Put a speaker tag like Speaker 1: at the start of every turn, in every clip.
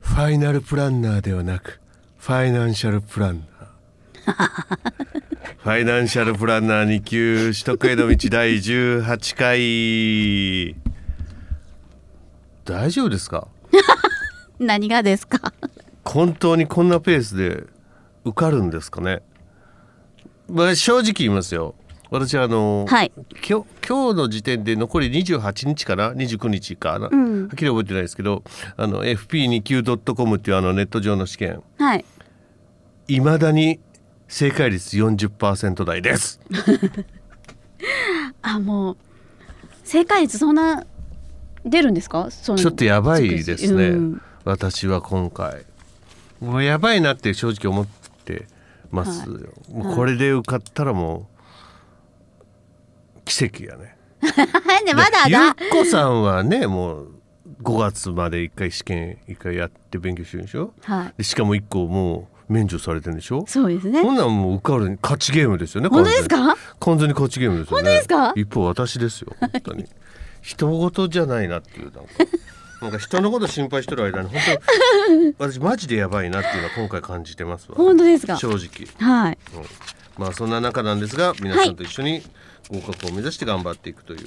Speaker 1: ファイナルプランナーではなくファイナンシャルプランナー ファイナンシャルプランナー2級取得への道第18回大丈夫ですか
Speaker 2: 何がですか
Speaker 1: 本当にこんなペースで受かるんですかね、まあ、正直言いますよ私あの、
Speaker 2: はい
Speaker 1: きょ今日の時点で残り28日かな29日かな、
Speaker 2: ん
Speaker 1: はっきり覚えてないですけどあの FP2 級 .com っていうあのネット上の試験
Speaker 2: はい
Speaker 1: いまだに正解率40%台です
Speaker 2: あもう正解率そんな出るんですかその
Speaker 1: ちょっとやばいですね、
Speaker 2: うん
Speaker 1: 私は今回もうやばいなって正直思ってますよ、もうこれで受かったらもう奇跡やね
Speaker 2: なんでまだ
Speaker 1: ゆっ
Speaker 2: だ
Speaker 1: こさんはねもう5月まで1回試験1回やって勉強してるでしょ
Speaker 2: はい
Speaker 1: でしかも1個もう免除されてるんでしょ
Speaker 2: そうです
Speaker 1: こ
Speaker 2: ね
Speaker 1: んなんもう受かる勝ちゲームですよね
Speaker 2: 本当ですか
Speaker 1: 完全に勝ちゲームですよね
Speaker 2: 本当ですか
Speaker 1: 一方私ですよ本当 に人事じゃないなっていうなんかなんか人のこと心配してる間に本当私マジでやばいなっていうのは今回感じてますわ
Speaker 2: 本当ですか
Speaker 1: 正直、
Speaker 2: はい
Speaker 1: うんまあそんな中なんですが皆さんと一緒に合格を目指して頑張っていくという、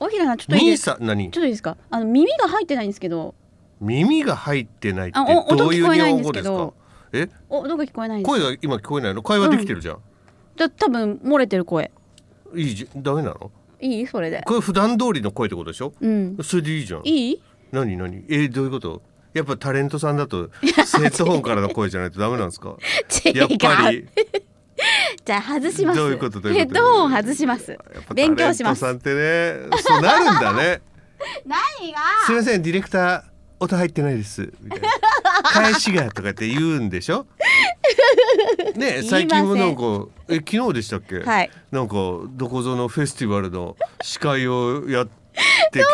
Speaker 2: おひらさんちょっといい
Speaker 1: 兄
Speaker 2: です
Speaker 1: さん何
Speaker 2: ちょっといいですかあの耳が入ってないんですけど
Speaker 1: 耳が入ってないって
Speaker 2: あお
Speaker 1: どういう
Speaker 2: 音聞こえ
Speaker 1: 日
Speaker 2: ないん
Speaker 1: 本語で
Speaker 2: ですけ
Speaker 1: すか
Speaker 2: ど
Speaker 1: え
Speaker 2: おどこ聞こえないです
Speaker 1: 声が今聞こえないの会話できてるじゃん、
Speaker 2: だ多分漏れてる声
Speaker 1: いいじゃんダメなの
Speaker 2: いいそれで
Speaker 1: これ普段通りの声ってことでしょ
Speaker 2: うん
Speaker 1: それでいいじゃん
Speaker 2: いい
Speaker 1: 何何えーどういうことやっぱタレントさんだとヘッドホンからの声じゃないとダメなんですか
Speaker 2: 違
Speaker 1: やっぱり
Speaker 2: うじゃあ外します
Speaker 1: どういうことどうい
Speaker 2: ヘ
Speaker 1: う
Speaker 2: ッ
Speaker 1: こと
Speaker 2: ドホンを外します
Speaker 1: やっぱ
Speaker 2: 勉強します
Speaker 1: タレントさんってねそうなるんだね
Speaker 2: 何が
Speaker 1: すいませんディレクター音入ってないですみたいな返しがとかって言うんでしょねえ最近もなんかえ昨日でしたっけ、
Speaker 2: はい
Speaker 1: なんかどこぞのフェスティバルの司会をやってき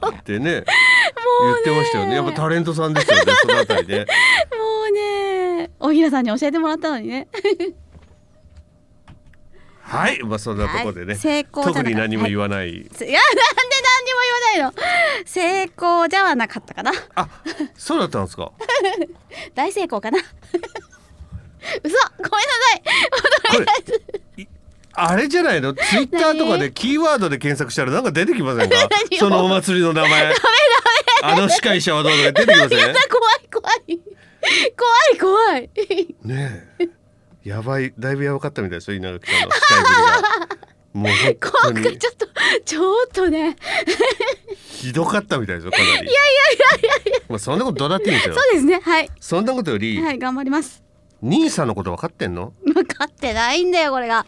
Speaker 1: た ってね言ってましたよねやっぱタレントさんですよねそのあたりね
Speaker 2: もうねおひらさんに教えてもらったの にね
Speaker 1: はい、まあそんなとこでね、
Speaker 2: はい成功じゃなかった
Speaker 1: 特に何も言わない。
Speaker 2: いやなんで何にも言わないの成功じゃなかったかな
Speaker 1: あ、そうだったんですか。
Speaker 2: 大成功かな 嘘ごめんなさい
Speaker 1: こ れ、いあれじゃないの？ツイッターとかでキーワードで検索したらなんか出てきませんか
Speaker 2: 何？を
Speaker 1: そのお祭りの 名前。あの司会者はどうとか出てきません
Speaker 2: やだ怖い怖い怖い怖い。
Speaker 1: ねえ、やばい、だいぶやばかったみたいですよ稲垣さんの司会ぶりが。もう本当
Speaker 2: 今回
Speaker 1: に
Speaker 2: ちょっとちょっとね
Speaker 1: ひどかったみたいですよかなり。いやいやいやいや。まあそんなことどうだっていいんですよ
Speaker 2: そ。うですねはい
Speaker 1: そんなことより、
Speaker 2: はい頑張ります
Speaker 1: 兄さんのこと分かってんの？
Speaker 2: 分かってないんだよこれが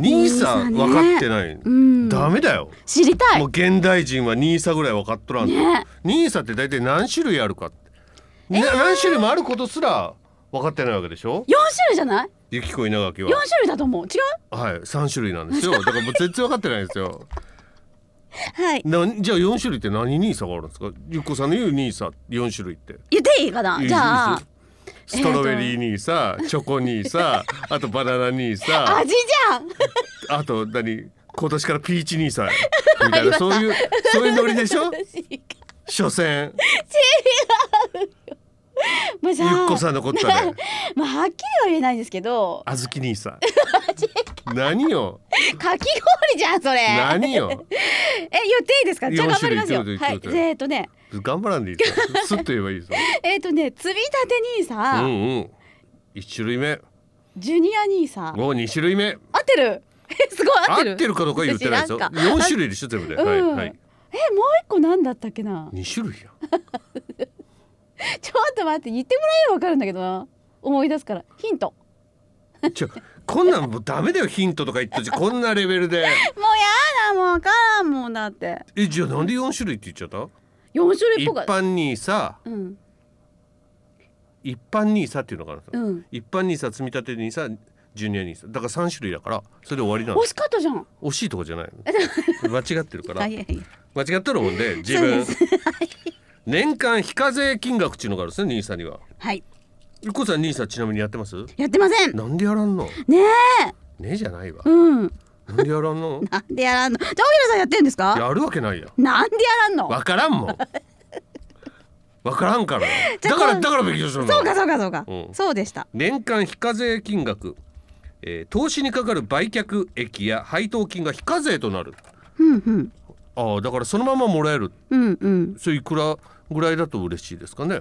Speaker 1: 兄さん
Speaker 2: 兄さん
Speaker 1: 分
Speaker 2: ね
Speaker 1: かってない。
Speaker 2: うん
Speaker 1: ダメだよ。
Speaker 2: 知りたい
Speaker 1: もう現代人はニーサぐらい分かっとらんと、
Speaker 2: ね
Speaker 1: ニーサって大体何種類あるかって、な何種類もあることすら分かってないわけでしょ
Speaker 2: 四種類じゃない
Speaker 1: ゆきこ稲垣
Speaker 2: 四
Speaker 1: は
Speaker 2: 種類だと思う違う
Speaker 1: はい3種類なんですよだからもう全然分かってないんですよ
Speaker 2: はい
Speaker 1: なじゃあ4種類って何ニーサがあるんですかゆっこさんの言うニーサ4種類って
Speaker 2: 言っていいかない
Speaker 1: い
Speaker 2: じゃあ
Speaker 1: いいですよストロベリーニーサ、チョコニーサあとバナナニーサ
Speaker 2: 味じゃ ん
Speaker 1: あと何今年からピーチニー サみたいなそういうそういうノリでしょ所詮
Speaker 2: まあじ
Speaker 1: ゆ
Speaker 2: ゃ
Speaker 1: っ
Speaker 2: あ
Speaker 1: こさんのことはね
Speaker 2: まあはっきりは言えないんです けど
Speaker 1: あずき兄 さん。何よ、
Speaker 2: かき氷じゃんそれえ
Speaker 1: 何よ。
Speaker 2: 言っていいですかじゃあ
Speaker 1: 四
Speaker 2: 頑張
Speaker 1: 種
Speaker 2: り
Speaker 1: 類
Speaker 2: ますよ
Speaker 1: ちょうどいい
Speaker 2: はい
Speaker 1: ちょうどいい
Speaker 2: えっとね
Speaker 1: 頑張らんでいいですよ。すっと言えばいい ですよ。
Speaker 2: えっとね積み立て兄
Speaker 1: う
Speaker 2: さん
Speaker 1: んうん。一種類目、
Speaker 2: ジュニア兄さん
Speaker 1: お二種類目、
Speaker 2: 合ってる すごい合
Speaker 1: 合
Speaker 2: っ
Speaker 1: ってて
Speaker 2: る
Speaker 1: るかどうか言ってないですよ
Speaker 2: 私。んか
Speaker 1: 四種類でしょ全部で。
Speaker 2: うん
Speaker 1: はいはい。
Speaker 2: えもう一個なんだったっけな
Speaker 1: 二種類や。
Speaker 2: ちょっと待って言ってもらえればわかるんだけどな思い出すからヒント
Speaker 1: ちょ、こんなんもうダメだよヒントとか言ったじゃこんなレベルで。
Speaker 2: もうやだもうわからんもんだって
Speaker 1: えじゃあなんで四種類って言っちゃった？
Speaker 2: 四種類
Speaker 1: 一
Speaker 2: っぽかった
Speaker 1: 般にさ、
Speaker 2: うん
Speaker 1: 一般にさっていうのがあるんです
Speaker 2: う
Speaker 1: よ。
Speaker 2: ん
Speaker 1: 一般にさ積み立てにさ。ジュニアにさだから三種類だからそれで終わりなの
Speaker 2: 惜しかったじゃん
Speaker 1: 惜しいとこじゃないの間違ってるから
Speaker 2: はいはいはい
Speaker 1: 間違ってるもんで自
Speaker 2: そう
Speaker 1: 分
Speaker 2: です
Speaker 1: 年間非課税金額っていうのがあるんですね兄さんには
Speaker 2: はい
Speaker 1: ゆっこさん兄さんちなみにやってます
Speaker 2: やってません
Speaker 1: なんでやらんの
Speaker 2: ねえ
Speaker 1: ねえじゃないわ
Speaker 2: うん
Speaker 1: なんでやらんの
Speaker 2: なんでやらんのじゃあおひらさんやってんですか
Speaker 1: やるわけないや
Speaker 2: なんでやらんの
Speaker 1: わからんもん分からんからな
Speaker 2: じゃ
Speaker 1: だ
Speaker 2: あ
Speaker 1: から
Speaker 2: こう
Speaker 1: だから勉強するの
Speaker 2: そうかそうかそうか、
Speaker 1: うん
Speaker 2: そうでした
Speaker 1: 年間非課税金額、えー投資にかかる売却益や配当金が非課税となる
Speaker 2: うんうん
Speaker 1: ああだからそのままもらえる
Speaker 2: うんうん
Speaker 1: それいくらぐらいだと嬉しいですかね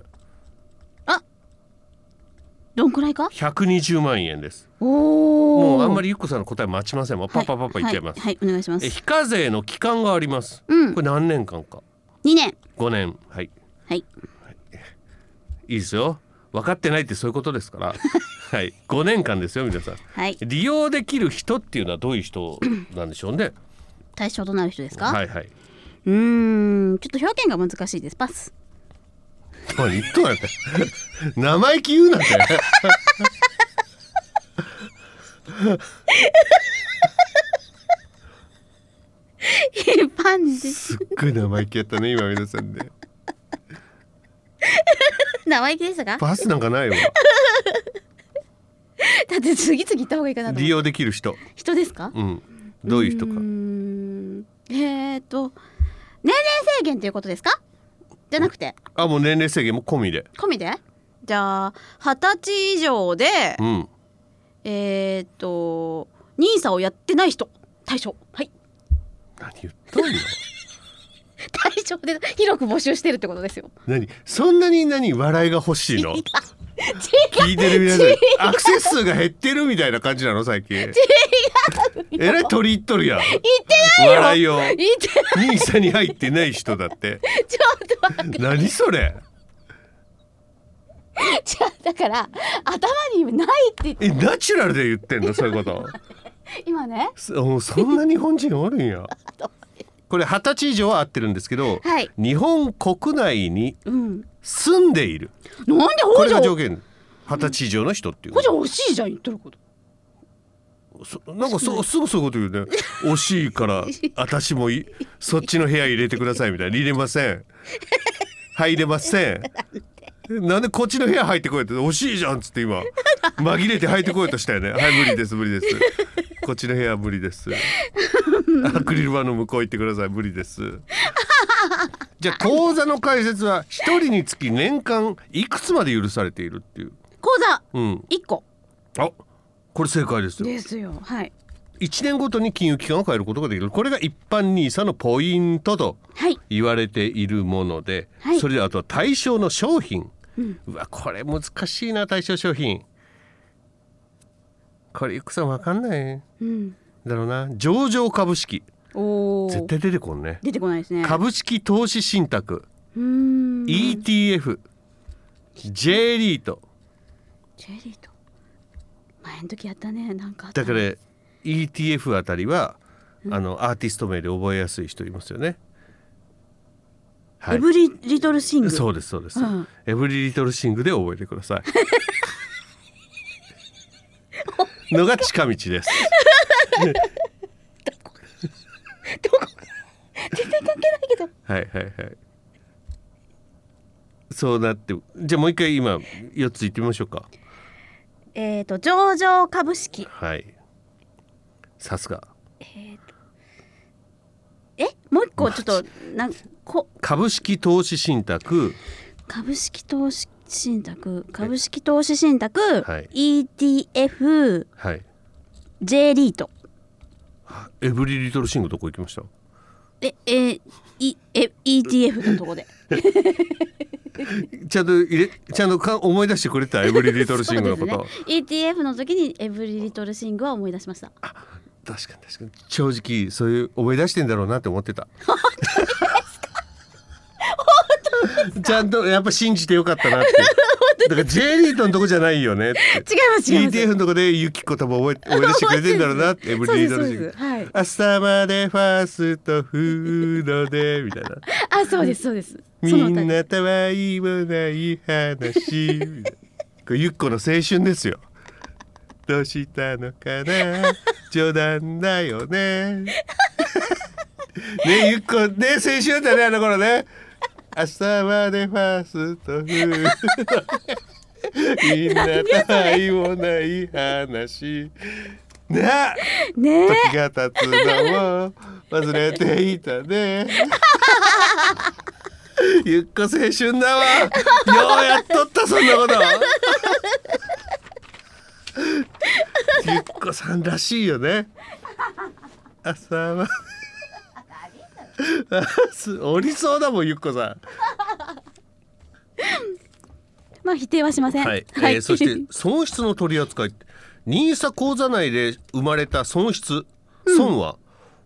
Speaker 2: どんくらいか
Speaker 1: 120万円です
Speaker 2: お
Speaker 1: も
Speaker 2: お
Speaker 1: うあんま
Speaker 2: り
Speaker 1: りゆっこさんの答え待ちませんもうパパパパいっちゃいます、
Speaker 2: はい、はいはいお願いします
Speaker 1: え非課税の期間があります、
Speaker 2: うん
Speaker 1: これ何年間か
Speaker 2: 二年
Speaker 1: 5年はい
Speaker 2: はい
Speaker 1: いいですよ分かってないってそういうことですから はい5年間ですよ皆さん
Speaker 2: はい
Speaker 1: 利用できる人っていうのはどういう人なんでしょうね
Speaker 2: 対象となる人ですか、
Speaker 1: はいはいう
Speaker 2: ーんちょっと表現が難しいですパス
Speaker 1: おい言っとんやて 生意気言うなって
Speaker 2: パンジ
Speaker 1: すっごい生意気やったね今皆さんで
Speaker 2: 生意気でしたかだ
Speaker 1: パスなんかないわ
Speaker 2: って次々行った方がいいかなと
Speaker 1: 利
Speaker 2: 思う
Speaker 1: 用できる人
Speaker 2: 人ですか
Speaker 1: うんどういう人か
Speaker 2: ーんえー、っと年齢制限ということですかじゃなくて
Speaker 1: あもう年齢制限も込みで
Speaker 2: 込みでじゃあ二十歳以上で
Speaker 1: うん
Speaker 2: えー、っとニーサをやってない人対象はい
Speaker 1: 何言っとんの
Speaker 2: 対象で広く募集してるってことです よ
Speaker 1: 何そんなに何笑いが欲しいの
Speaker 2: 違う
Speaker 1: 聞いてる皆さんアクセス数が減ってるみたいな感じなの最近違うえらい取り入っとるやん言ってないよ笑いを
Speaker 2: 言って
Speaker 1: 兄さんに入ってない人だって
Speaker 2: ちょっと待って
Speaker 1: 何それ
Speaker 2: じゃあだから頭にないって言って
Speaker 1: えナチュラルで言ってんのそういうこと
Speaker 2: 今ね
Speaker 1: そそんな日本人おるんや これ二十歳以上は合ってるんですけど、
Speaker 2: はい
Speaker 1: 日本国内に
Speaker 2: うん
Speaker 1: 住んでいる
Speaker 2: なんで
Speaker 1: こ
Speaker 2: 補
Speaker 1: れが条
Speaker 2: 助
Speaker 1: 件二十歳以上の人っていう
Speaker 2: 補助欲しいじゃん言ってること
Speaker 1: そなんかそすぐそういうこと言う ね惜しいから私もいそっちの部屋入れてくださいみたいな入れません入れませんなんでこっちの部屋入ってこいって惜しいじゃんっつって今紛れて入ってこようとしたよね はい無理です無理ですこっちの部屋無理ですアクリル板の向こう行ってください無理ですじゃあ口座の開設は一人につき年間いくつまで許されているっていう
Speaker 2: 講座
Speaker 1: うん
Speaker 2: 一個
Speaker 1: あこれ正解ですよ
Speaker 2: ですよはい
Speaker 1: 1年ごとに金融機関を変えることができるこれが一般 NISA のポイントと
Speaker 2: はい
Speaker 1: 言われているもので、
Speaker 2: はい
Speaker 1: それであとは対象の商品、うわこれ難しいな対象商品これいくさんわかんない
Speaker 2: うん
Speaker 1: だろうな上場株式
Speaker 2: おお
Speaker 1: 絶対出てこんね
Speaker 2: 出てこないですね
Speaker 1: 株式投資信託、
Speaker 2: うーん
Speaker 1: ETF J リート
Speaker 2: チェリーと前の時やったねなんかあった
Speaker 1: だから ETF あたりは、あのアーティスト名で覚えやすい人いますよねは
Speaker 2: エブリリトルシング
Speaker 1: そうですそうです、
Speaker 2: うん
Speaker 1: エブリリトルシングで覚えてくださ いのが近道です
Speaker 2: どこ全然関係ないけど
Speaker 1: はいはいはいそうなってじゃあもう一回今4ついってみましょうか
Speaker 2: えっ、ー、と上場株式
Speaker 1: はいさすが
Speaker 2: えもう一個ちょっとなんこ
Speaker 1: 株式投資信託
Speaker 2: 株式投資信託株式投資信託、
Speaker 1: はい
Speaker 2: ETF
Speaker 1: はい
Speaker 2: J リート
Speaker 1: エブリリトルシングどこ行きました
Speaker 2: ええー、いえ ETF のとこで
Speaker 1: ちゃんと入れちゃんとか思い出してくれたエブリリ トルシングのこと、
Speaker 2: そうですね ETF の時にエブリリトルシングは思い出しました
Speaker 1: 確かに確かに正直そういう思い出してんだろうなって思ってたちゃんとやっぱ信じてよかったなってだから J リートのとこじゃないよねって
Speaker 2: 違います違います
Speaker 1: ETF のとこでユキコ多分覚え思い出してくれてんだろうなってエブリィドルシン
Speaker 2: そう
Speaker 1: グ
Speaker 2: ですそうですはい
Speaker 1: 朝までファーストフードでみたいな
Speaker 2: あそうですそうですそ の
Speaker 1: み
Speaker 2: 歌
Speaker 1: ん
Speaker 2: で
Speaker 1: な
Speaker 2: す
Speaker 1: たわいもない話 みたいなこれゆっこの青春ですよどうしたのかな冗談だよ ねねゆっこね青春だったねあの頃ね朝までファーストフード みんなたわいもない話なあ
Speaker 2: ねえ
Speaker 1: 時が経つのを忘れていたねゆっこ青春だわようやっとったそんなことゆっこさんらしいよね朝は降りそうだもんゆっこさ
Speaker 2: まあ否定はしません。
Speaker 1: んはい、えーそして損失の取り扱いニーサ口座内で生まれた損失損は、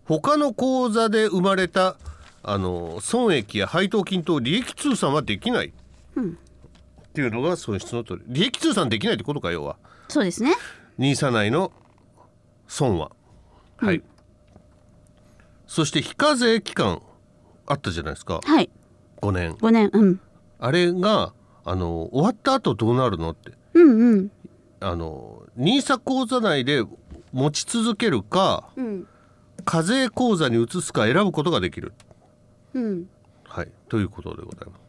Speaker 1: 他の口座で生まれたあの損益や配当金と利益通算はできない、っていうのが損失の取り利益通算できないってことか要は
Speaker 2: そうですね。
Speaker 1: ニーサ内の損は、はい、そして非課税期間あったじゃないですか
Speaker 2: はい。
Speaker 1: 5年
Speaker 2: 五年。うん。
Speaker 1: あれがあの終わった後どうなるのって
Speaker 2: うんうん。
Speaker 1: あのニーサ口座内で持ち続けるか
Speaker 2: うん。
Speaker 1: 課税口座に移すか選ぶことができる
Speaker 2: うん。
Speaker 1: はいということでございます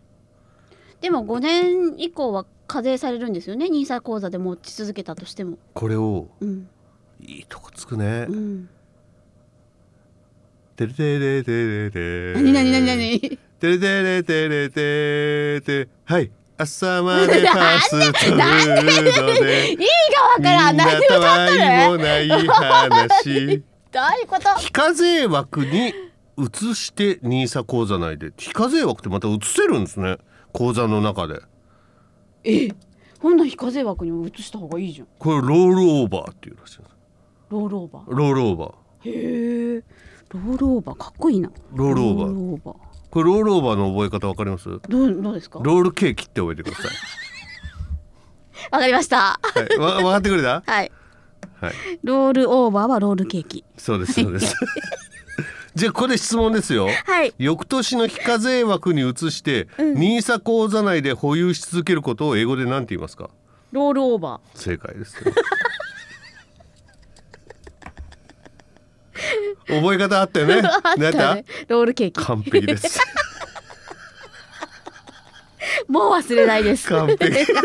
Speaker 2: でも五年以降は課税されるんですよね。ニーサ口座で持ち続けたとしても。
Speaker 1: これを
Speaker 2: うん。
Speaker 1: いいとこつくね
Speaker 2: うん。
Speaker 1: てれてれてれて
Speaker 2: 何何何何。
Speaker 1: てれてれてれててはい朝までパスするの
Speaker 2: 意
Speaker 1: で
Speaker 2: 味がわから
Speaker 1: みん
Speaker 2: ん。何
Speaker 1: な
Speaker 2: で
Speaker 1: た
Speaker 2: 歌
Speaker 1: わい
Speaker 2: っと
Speaker 1: も
Speaker 2: る。
Speaker 1: ない話
Speaker 2: どういうこと。
Speaker 1: 非課税枠に移してニーサ口座内で非課税枠ってまた移せるんですね口座の中で
Speaker 2: え。ほんなら非課税枠にも移した方がいいじゃん。
Speaker 1: これロールオーバーっていうらしいんです
Speaker 2: ロールオーバー。
Speaker 1: ロールオーバー
Speaker 2: へえ。ロールオーバーかっこいいな。
Speaker 1: ロールオーバー
Speaker 2: ロールオーバー。
Speaker 1: これロールオーバーの覚え方わかります
Speaker 2: どうどうですか。わ
Speaker 1: ロールケーキって覚えてくださ
Speaker 2: かりました。
Speaker 1: い、はい、わ分かってくれた
Speaker 2: はい。
Speaker 1: はい
Speaker 2: ロールオーバーはロールケーキ。
Speaker 1: そうですそうです じゃあここで質問ですよ
Speaker 2: はい。
Speaker 1: 翌年の非課税枠に移して、ニーサ口座内で保有し続けることを英語で何て言いますか
Speaker 2: ロールオーバ
Speaker 1: 正解です、覚え方あったよ ね
Speaker 2: ー。 あっ
Speaker 1: なったた
Speaker 2: ねロールケーキ。
Speaker 1: 完璧です
Speaker 2: もう忘れないです。ロ
Speaker 1: 完
Speaker 2: ー
Speaker 1: 璧
Speaker 2: ル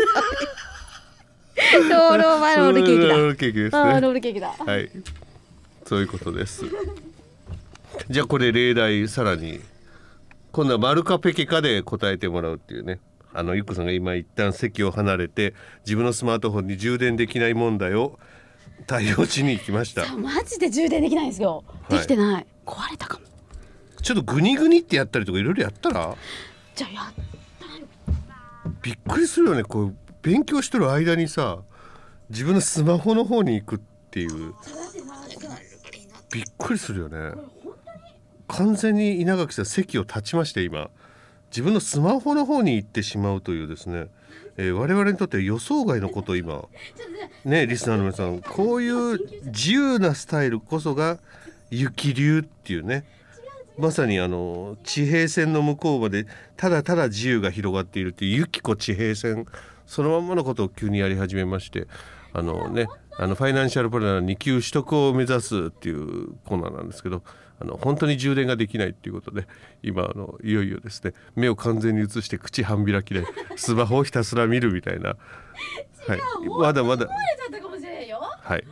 Speaker 2: オーバーロールケーキ だ。
Speaker 1: ロールケーキです
Speaker 2: あー
Speaker 1: ね
Speaker 2: ロールケーキだ。
Speaker 1: はいそういうことですじゃあこれ例題さらに今度は丸かペケかで答えてもらうっていうねあのゆっこさんが今一旦席を離れて自分のスマートフォンに充電できない問題を対応しに行きました
Speaker 2: マジで充電できないんですよ。
Speaker 1: い
Speaker 2: できてない。壊れたかも。
Speaker 1: ちょっとグニグニってやったりとかいろいろやったら
Speaker 2: じゃあや
Speaker 1: びっくりするよねこう勉強してる間にさ自分のスマホの方に行くっていうびっくりするよね完全に稲垣さん席を立ちまして今自分のスマホの方に行ってしまうというですね、えー我々にとっては予想外のことを今ねリスナーの皆さんこういう自由なスタイルこそが雪流っていうねまさにあの地平線の向こうまでただただ自由が広がっているというゆきこ地平線そのまんまのことを急にやり始めましてあのねあのファイナンシャルプランナー2級取得を目指すっていうコーナーなんですけどあの本当に充電ができないっていうことで今あのいよいよですね目を完全に移して口半開きでスマホをひたすら見るみたいな、はい、まだまだ。
Speaker 2: れちゃったかもしれないよ。
Speaker 1: はい。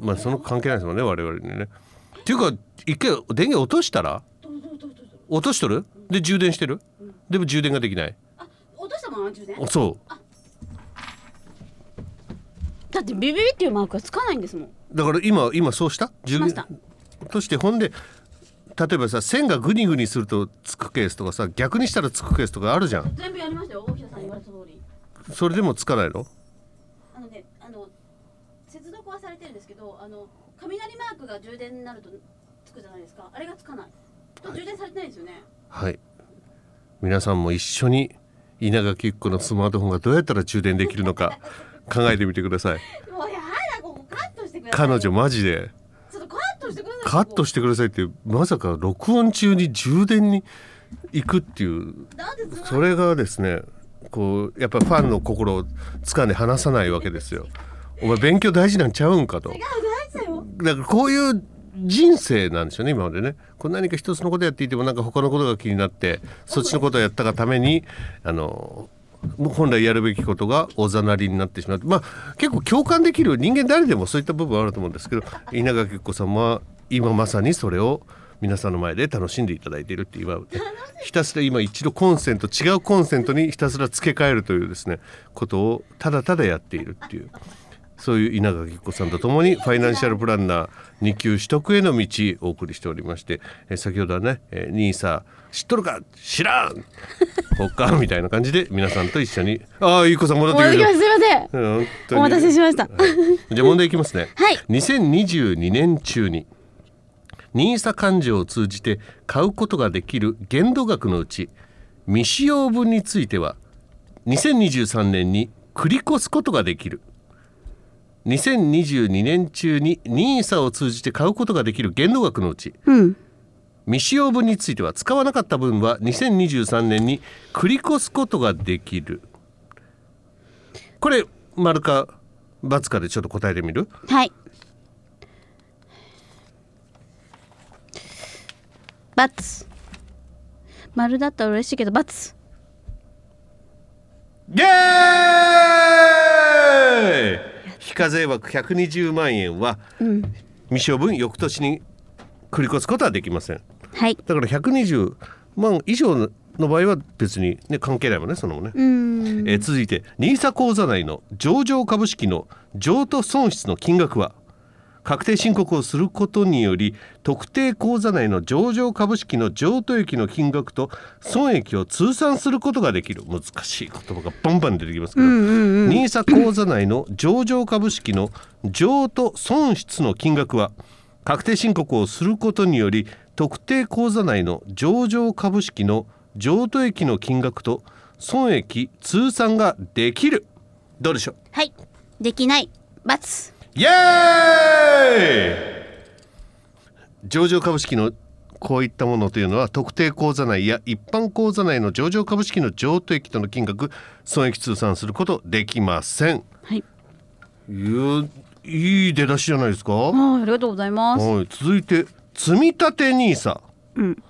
Speaker 1: まあその関係ないですもんね我々にね。っていうか一回電源落としたら落としとるで充電してるでも充電ができない
Speaker 2: あ、落としたまま充電。
Speaker 1: そう
Speaker 2: だってビビビっていうマークがつかないんですもん。
Speaker 1: だから今今そうした充
Speaker 2: しました
Speaker 1: 落としてほんで例えばさ線がグニグニするとつくケースとかさ逆にしたらつくケースとかあるじゃん
Speaker 2: 全部やりましたよ。大平さん言われた通り。
Speaker 1: それでもつかないの
Speaker 2: あのね、あの接続はされてるんですけど、あの雷マークが充電になるとつくじゃないですか。あれがつかない。充電されてないんですよね。
Speaker 1: はい皆さんも一緒に稲垣ゆっ子のスマートフォンがどうやったら充電できるのか考えてみてください
Speaker 2: もうやだここカットしてください。
Speaker 1: 彼女マジで
Speaker 2: ちょっとカットしてください。
Speaker 1: カット
Speaker 2: し。
Speaker 1: してくださいってまさか録音中に充電に行くっていう
Speaker 2: なんでずっと
Speaker 1: それがですねこうやっぱファンの心を掴んで離さないわけですよ。お前勉強大事なんちゃうんかと。
Speaker 2: 大事だよ。
Speaker 1: だからこういう人生なんですよね今までねこう何か一つのことやっていてもなんか他のことが気になってそっちのことをやったがためにあの本来やるべきことがおざなりになってしまうまあ結構共感できる人間誰でもそういった部分はあると思うんですけど稲垣子さんは今まさにそれを皆さんの前で楽しんでいただいているって今ひたすら今一度コンセント違うコンセントにひたすら付け替えるというですねことをただただやっているっていうそういう稲垣子さんとともにファイナンシャルプランナー2級取得への道をお送りしておりまして、えー先ほどはね「えー、兄さん知っとるか知ら ん!」ほっかみたいな感じで皆さんと一緒に「ああゆうこさん戻って
Speaker 2: 戻
Speaker 1: く
Speaker 2: って
Speaker 1: るよ
Speaker 2: きま」したすいません
Speaker 1: うん
Speaker 2: お待たせし
Speaker 1: し
Speaker 2: ました
Speaker 1: じゃあ問題いきますね。
Speaker 2: はい
Speaker 1: 2022年中にニーサ勘定を通じて買うことができる限度額のうち未使用分については2023年に繰り越すことができる2022年中にニーサを通じて買うことができる限度額のうち
Speaker 2: うん
Speaker 1: 未使用分については使わなかった分は2023年に繰り越すことができるこれ丸か×かでちょっと答えてみる
Speaker 2: はいバツ丸だったら嬉しいけどバツ
Speaker 1: イエーイ非課税枠120万円は未使用分翌年に繰り越すことはできません
Speaker 2: はい
Speaker 1: だから120万以上の場合は別に、ね、関係ないもんねそのもね
Speaker 2: うーん
Speaker 1: えー続いて NISA 口座内の上場株式の譲渡損失の金額は確定申告をすることにより特定口座内の上場株式の譲渡益の金額と損益を通算することができる難しい言葉がバンバン出てきますけど、NISA 口座内の上場株式の譲渡損失の金額は確定申告をすることにより特定口座内の上場株式の譲渡益の金額と損益通算ができるどうでしょう
Speaker 2: はいできないバツ
Speaker 1: イエーイ上場株式のこういったものというのは特定口座内や一般口座内の上場株式の譲渡益との金額損益通算することできません
Speaker 2: はい
Speaker 1: いやいい出だしじゃないですか
Speaker 2: あーありがとうございます
Speaker 1: はい、続いて積み立て NISA、
Speaker 2: ん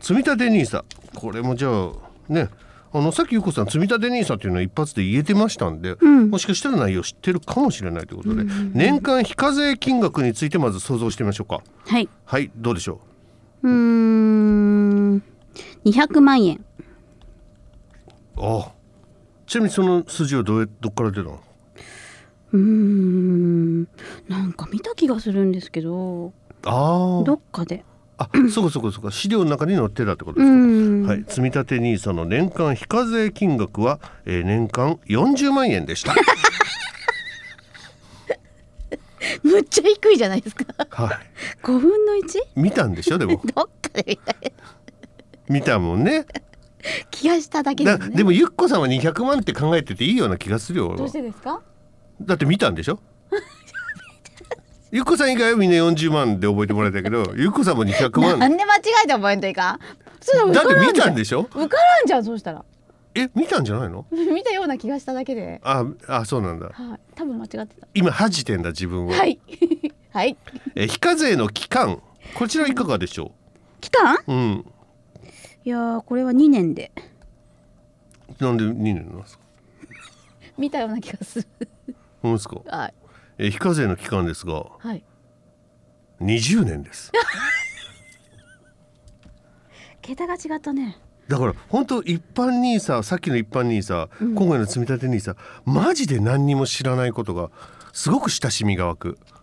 Speaker 1: 積み立て NISA これもじゃあねあのさっきゆうこさん積み立て NISA っていうのは一発で言えてましたんで、もしかしたら内容知ってるかもしれないということで、年間非課税金額についてまず想像してみましょうか
Speaker 2: はい
Speaker 1: はいどうでしょ
Speaker 2: うーん200万円
Speaker 1: うああちなみにその数字はどうやどっから出たの
Speaker 2: うーんなんか見た気がするんですけど
Speaker 1: あ
Speaker 2: どっかで
Speaker 1: ああそうかそうかそうか資料の中に載ってたってことで
Speaker 2: う
Speaker 1: すか、
Speaker 2: ーん
Speaker 1: はい、積み立て NISA の年間非課税金額は、えー年間40万円で した。
Speaker 2: むっちゃ低いじゃないですか
Speaker 1: は
Speaker 2: 5分の 1?
Speaker 1: い、見たんでしょ でも
Speaker 2: どっかで見た
Speaker 1: 見たもんね
Speaker 2: 気がしただけで
Speaker 1: だ
Speaker 2: すね
Speaker 1: でもゆっこさんは200万って考えてていいような気がするよ俺
Speaker 2: どう
Speaker 1: は
Speaker 2: してですか
Speaker 1: だって見たんでしょゆっこさん以外はみんな40万で覚えてもらいたいけどゆっこさんも200
Speaker 2: な
Speaker 1: 万
Speaker 2: んで間違えたポイントいいかそう
Speaker 1: だ
Speaker 2: だ
Speaker 1: っ
Speaker 2: 受
Speaker 1: て
Speaker 2: から
Speaker 1: 見
Speaker 2: んじ
Speaker 1: た
Speaker 2: ゃ
Speaker 1: ん
Speaker 2: ん
Speaker 1: でしょ
Speaker 2: 受からんじゃんそうしたら
Speaker 1: え見たんじゃないの
Speaker 2: 見たような気がしただけで
Speaker 1: ああそうなんだ
Speaker 2: はい多分間違ってた
Speaker 1: 今恥じてんだ自分は、
Speaker 2: はい はい
Speaker 1: え非課税の期間こちらいかがでしょ
Speaker 2: 期間
Speaker 1: ううん
Speaker 2: いやーこれは2年で
Speaker 1: なんで2年なんですか
Speaker 2: 見たような気がする
Speaker 1: ほんまですか
Speaker 2: はい
Speaker 1: え非課税の期間ですが
Speaker 2: はい
Speaker 1: 20年です
Speaker 2: 桁が違ったね
Speaker 1: だから本当一般にささっきの一般にさ、今回の積み立てにさマジで何にも知らないことがすごく親しみが湧く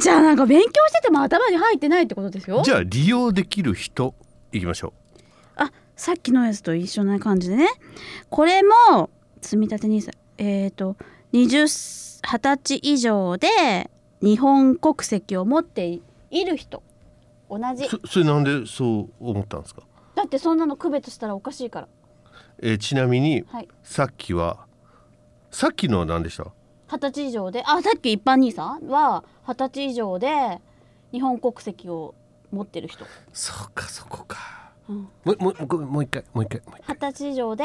Speaker 2: じゃあなんか勉強してても頭に入ってないってことですよ
Speaker 1: じゃあ利用できる人いきましょ
Speaker 2: あさっきのやつと一緒な感じでねこれも積み立て NISA えっ、と20 20歳以上で日本国籍を持っている人同
Speaker 1: う
Speaker 2: じ
Speaker 1: そそれなんでそう思ったんですか、
Speaker 2: だってそんなの区別したらおかしいから
Speaker 1: えーちなみに
Speaker 2: はい
Speaker 1: さっきはさっきのは何でした
Speaker 2: 二十歳以上であさっき一般 NISA は二十歳以上で日本国籍を持ってる人
Speaker 1: そうかそこか、
Speaker 2: うん
Speaker 1: もうもうごめんもう一回もう一回もう一
Speaker 2: 二
Speaker 1: 回
Speaker 2: 十歳以上で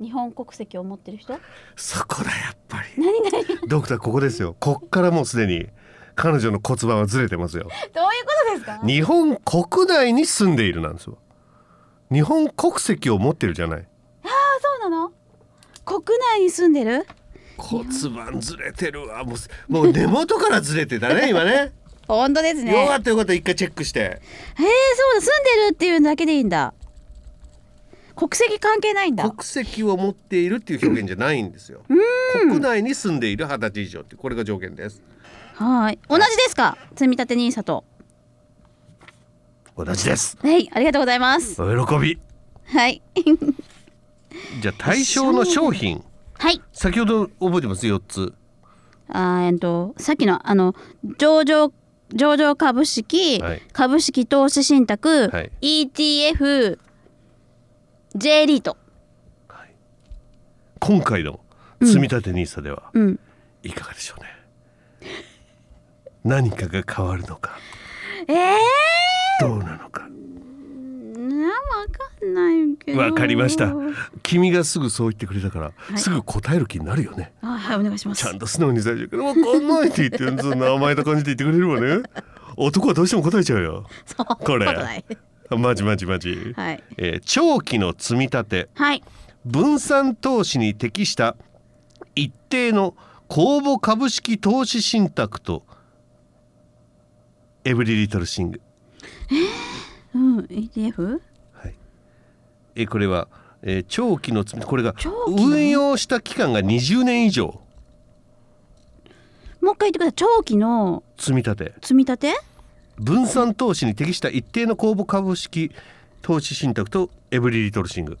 Speaker 2: 日本国籍を持ってる人
Speaker 1: そこだやっぱり
Speaker 2: 何何
Speaker 1: ドクターここですよこっからもうすでに彼女の骨盤はずれてますよ
Speaker 2: どういうことですか
Speaker 1: 日本国内に住んでいるなんですよ日本国籍を持ってるじゃない
Speaker 2: そうなの国内に住んでる
Speaker 1: 骨盤ずれてるわもうもう根元からずれてたね今ね
Speaker 3: 本当ですね。
Speaker 1: よかったよかった一回チェックして
Speaker 3: へえそうだ住んでるっていうだけでいいんだ国籍関係ないんだ
Speaker 1: 国籍を持っているっていう表現じゃないんですよ国内に住んでいる二十歳以上ってこれが条件です
Speaker 3: はい同じですか積み立て NISA と
Speaker 1: 同じです
Speaker 3: はいありがとうございます
Speaker 1: お喜び
Speaker 3: はい
Speaker 1: じゃあ対象の商品
Speaker 3: はい
Speaker 1: 先ほど覚えてます四つ
Speaker 3: あーえっとさっきのあの上場上場株式、
Speaker 1: はい
Speaker 3: 株式投資信託、
Speaker 1: はい
Speaker 3: ETF J リート
Speaker 1: 今回の積み立て NISA では
Speaker 3: うん
Speaker 1: いかがでしょうね、何かが変わるのか
Speaker 3: ええ
Speaker 1: どうなのか
Speaker 3: ー、なわかんないけど
Speaker 1: わかりました君がすぐそう言ってくれたから、
Speaker 3: い
Speaker 1: すぐ答える気になるよね
Speaker 3: あはいお願いしま
Speaker 1: ち
Speaker 3: す
Speaker 1: ゃんと素直に最初から「わかんない」って言ってずっと名前と感じで言ってくれれば ね男はどうしても答えちゃうよ
Speaker 3: そんな
Speaker 1: これ
Speaker 3: とない
Speaker 1: マジマジマジ、
Speaker 3: はい
Speaker 1: えー長期の積み立て
Speaker 3: はい
Speaker 1: 分散投資に適した一定の公募株式投資信託とエブリリトルシング、
Speaker 3: うん、ETF?
Speaker 1: はいえーこれは、えー長期の積みこれが
Speaker 3: 長期の
Speaker 1: 運用した期間が20年以上
Speaker 3: もう一回言ってください。長期の
Speaker 1: 積み立て
Speaker 3: 積み立て
Speaker 1: 分散投資に適した一定の公募株式投資信託とエブリリトルシング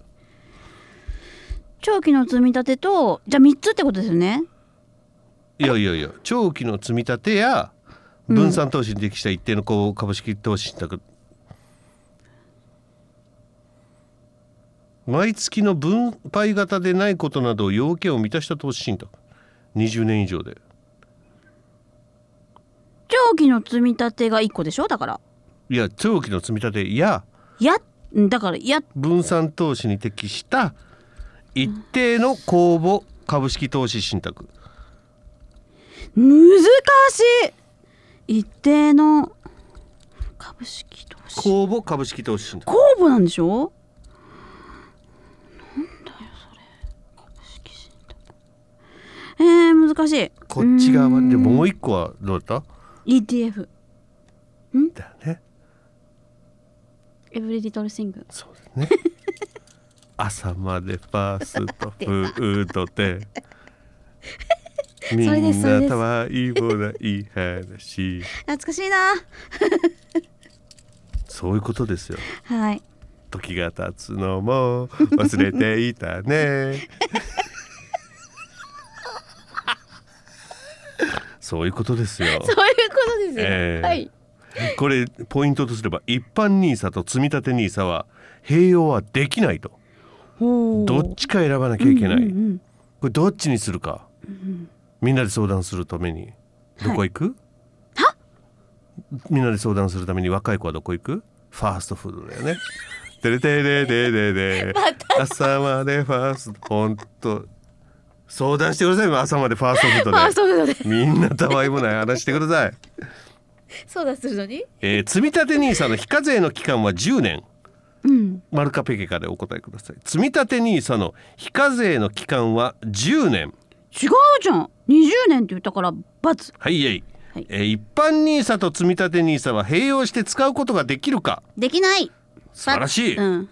Speaker 3: 長期の積み立てと、じゃあ3つってことですよね。
Speaker 1: いやいやいや長期の積み立てや分散投資に適した一定の公募株式投資信託、毎月の分配型でないことなど要件を満たした投資信託20年以上で
Speaker 3: 長期の積み立てが1個でしょだから。
Speaker 1: いや長期の積み立てや
Speaker 3: や、んだから、や、
Speaker 1: 分散投資に適した一定の公募株式投資信託
Speaker 3: 難しい一定の株式投資。
Speaker 1: 公募株式投資信託
Speaker 3: 公募なんでしょなんだよ、それ。株式信託。えー、難し
Speaker 1: こっち側でもう一個はどうだっ
Speaker 3: い。ETF。
Speaker 1: ただよね
Speaker 3: エブリリトルシング。
Speaker 1: そう ですね朝までファーストフードでみ
Speaker 3: れです
Speaker 1: ん
Speaker 3: それ
Speaker 1: な
Speaker 3: です
Speaker 1: たわいもない話
Speaker 3: 懐かしいな。
Speaker 1: そういうことですよ
Speaker 3: はい。
Speaker 1: 時が経つのも忘れていた ねそういうことですよ
Speaker 3: そういうことですよ。
Speaker 1: ええ
Speaker 3: はい。
Speaker 1: これポイントとすれば一般 NISA と積立 NISA は併用はできないと
Speaker 3: ほう
Speaker 1: どっちか選ばなきゃいけない、
Speaker 3: うんうん
Speaker 1: これどっちにするか、みんなで相談するためにどこ行く、みんなで相談するために若い子はどこ行くファーストフードだよね。てれてれてれれ朝までファーストほんと相談してくださいよ朝までファーストフード
Speaker 3: ファース
Speaker 1: で
Speaker 3: トフードで
Speaker 1: みんなたわいもない話してください。
Speaker 3: 相談するのに。
Speaker 1: えー、積立 NISA の非課税の期間は10年。
Speaker 3: うん。
Speaker 1: マルカペケカでお答えください。積立 NISA の非課税の期間は10年。
Speaker 3: 違うじゃん。20年って言ったから罰。
Speaker 1: はいえい、
Speaker 3: はい
Speaker 1: えー一般ニーサと積立ニーサは併用して使うことができるか
Speaker 3: できない。
Speaker 1: 素晴らしい、
Speaker 3: うん。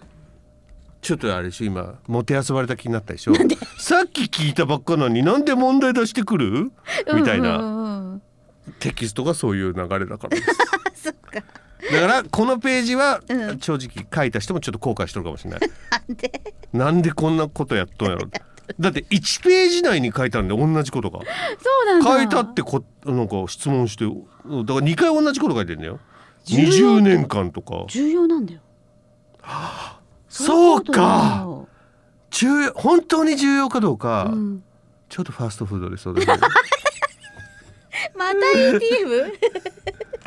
Speaker 1: ちょっとあれでしょ今もてあそばれた気になったでしょさっき聞いたばっかなのになんで問題出してくるみたい
Speaker 3: うん
Speaker 1: な
Speaker 3: うんうんうん。
Speaker 1: テキストがそういう流れだからです
Speaker 3: そっか。
Speaker 1: だからこのページは、
Speaker 3: うん
Speaker 1: 正直書いた人もちょっと後悔してるかもしれない
Speaker 3: なんで。
Speaker 1: なんでこんなことやっとんやろ だって1ページ内に書いてあるんで同じことが
Speaker 3: そうなんだ。
Speaker 1: 書いたってこなんか質問してだから2回同じこと書いてんだよ20年間とか
Speaker 3: 重要なんだよ。
Speaker 1: そう
Speaker 3: い
Speaker 1: か
Speaker 3: こと
Speaker 1: 重要本当に重要かどうか、
Speaker 3: だよ。うん。
Speaker 1: ちょっとファーストフードでそうだ ね
Speaker 3: また ETF。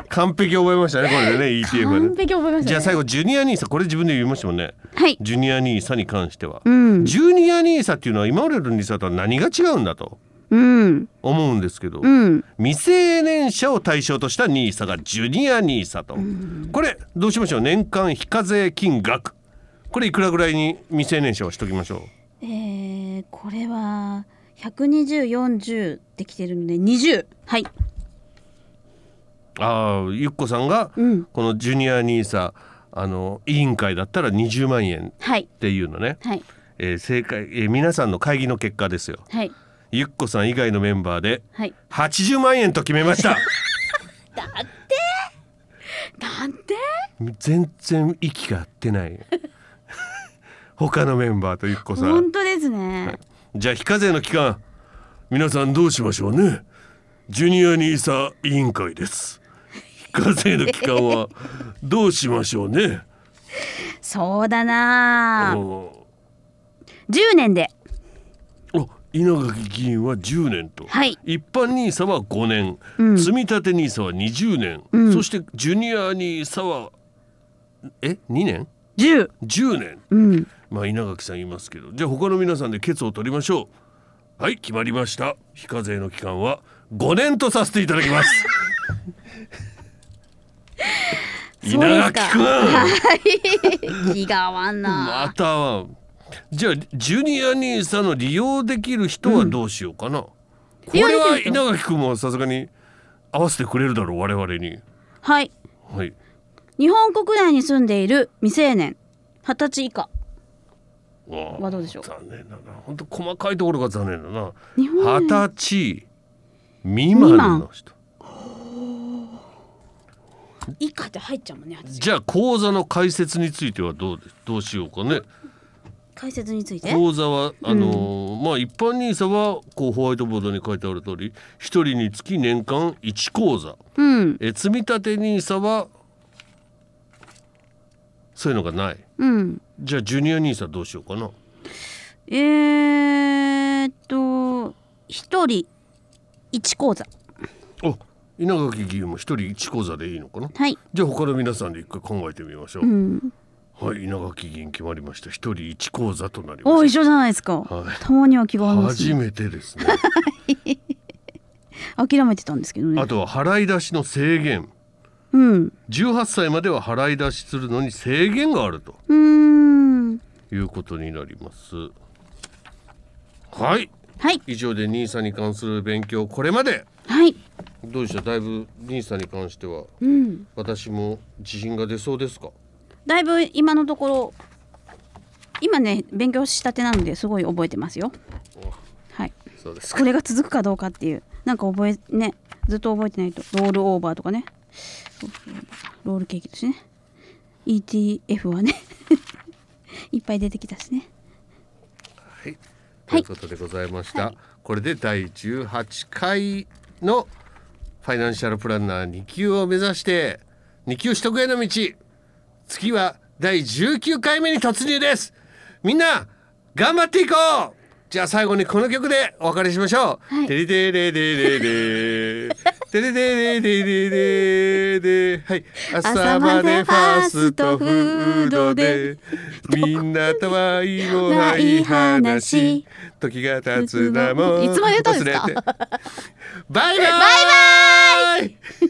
Speaker 1: 完璧覚えましたねこれでね ETF は
Speaker 3: 完
Speaker 1: ね
Speaker 3: 璧覚えましたね。
Speaker 1: じゃあ最後ジュニアニーサこれ自分で言いましたもんね
Speaker 3: はい。
Speaker 1: ジュニアニーサに関しては、
Speaker 3: うん。
Speaker 1: ジュニアニーサっていうのは今までのニーサとは何が違うんだと
Speaker 3: うん。
Speaker 1: 思うんですけど、
Speaker 3: うん。
Speaker 1: 未成年者を対象としたニーサがジュニアニーサと、これどうしましょう年間非課税金額これいくらぐらいに未成年者はしときましょ
Speaker 3: えー、これは120、40できてるので20。はい。
Speaker 1: うああゆっこさんが
Speaker 3: うん
Speaker 1: このジュニアニーサあの委員会だったら20万円
Speaker 3: はい
Speaker 1: っていうのね、
Speaker 3: はい
Speaker 1: えー正解、えー皆さんの会議の結果ですよ
Speaker 3: はい
Speaker 1: ゆっこさん以外のメンバーで
Speaker 3: はい
Speaker 1: 80万円と決めました
Speaker 3: だってなんて
Speaker 1: 全然息が合ってない 他のメンバーとゆっこさん
Speaker 3: 本当ですね、
Speaker 1: じゃあ非課税の期間皆さんどうしましょうねジュニアニーサ委員会です非課税の期間 はどうしましょうね
Speaker 3: そうだなあ
Speaker 1: お
Speaker 3: 10年で
Speaker 1: お稲垣議員は10年と、
Speaker 3: はい
Speaker 1: 一般ニーサは5年、
Speaker 3: うん
Speaker 1: 積立ニーサは20年、
Speaker 3: うん
Speaker 1: そしてジュニアニーサはえ2年
Speaker 3: 10
Speaker 1: 10年
Speaker 3: うん
Speaker 1: まあ稲垣さん言いますけどじゃあ他の皆さんでケツを取りましょうはい決まりました非課税の期間は5年とさせていただきます稲
Speaker 3: そうですか
Speaker 1: 垣くん
Speaker 3: 気が合わん
Speaker 1: ま
Speaker 3: な、
Speaker 1: たはじゃあジュニア兄さんの利用できる人はどうしようかな、これ
Speaker 3: 利用
Speaker 1: は
Speaker 3: できる人
Speaker 1: 稲垣くんもさすがに合わせてくれるだろう我々に
Speaker 3: はい
Speaker 1: はい
Speaker 3: 日本国内に住んでいる未成年二十歳以下
Speaker 1: わあ
Speaker 3: はどうでしょう
Speaker 1: 残念だな本当細かいところが残念だな
Speaker 3: 日本
Speaker 1: 二十歳未満の人
Speaker 3: 以下って入っちゃうもんね私
Speaker 1: じゃあ講座の解説についてはどうでどうしようかね
Speaker 3: 解説について
Speaker 1: 講座はあのーまあ一般ニーサはこうホワイトボードに書いてある通り一人につき年間一講座
Speaker 3: うん
Speaker 1: えー積立ニーサはそういうのがない
Speaker 3: うん
Speaker 1: じゃあジュニアニーサどうしようかな
Speaker 3: えー、っと一人一講座
Speaker 1: お稲垣議員も一人一講座でいいのかな
Speaker 3: はい
Speaker 1: じゃあ他の皆さんで一回考えてみましょう、
Speaker 3: うん
Speaker 1: はい稲垣議員決まりました一人一講座となり
Speaker 3: お
Speaker 1: まし
Speaker 3: 一緒じゃないですか、
Speaker 1: はい
Speaker 3: たまには気が
Speaker 1: た
Speaker 3: 合います
Speaker 1: 初
Speaker 3: ね
Speaker 1: めてですね
Speaker 3: 諦めてたんですけどね
Speaker 1: あとは払い出しの制限
Speaker 3: うん
Speaker 1: 18歳までは払い出しするのに制限があると
Speaker 3: うーん
Speaker 1: いうことになりますはい
Speaker 3: はい
Speaker 1: 以上でニーサに関する勉強これまで
Speaker 3: はい
Speaker 1: どうでしただいぶ兄さんに関しては
Speaker 3: うん
Speaker 1: 私も自信が出そうですか
Speaker 3: だいぶ今のところ今ね勉強したてなのですごい覚えてますよはい
Speaker 1: そうです
Speaker 3: これが続くかどうかっていうなんか覚えねずっと覚えてないとロールオーバーとかねロールケーキですね ETF はね いっぱい出てきたしね
Speaker 1: はい、と
Speaker 3: はいいう
Speaker 1: ことでございました、これで第18回のファイナンシャルプランナー2級を目指して2級取得への道次は第19回目に突入ですみんな頑張っていこうじゃあ最後にこの曲でお別れしましょう、
Speaker 3: はい
Speaker 1: テレテレテ レレレテレテレテレレレはい朝までファーストフードでみんなとはいもない話時が経つのも
Speaker 3: いつまで歌うんですか
Speaker 1: 忘れてバイバイバイバイ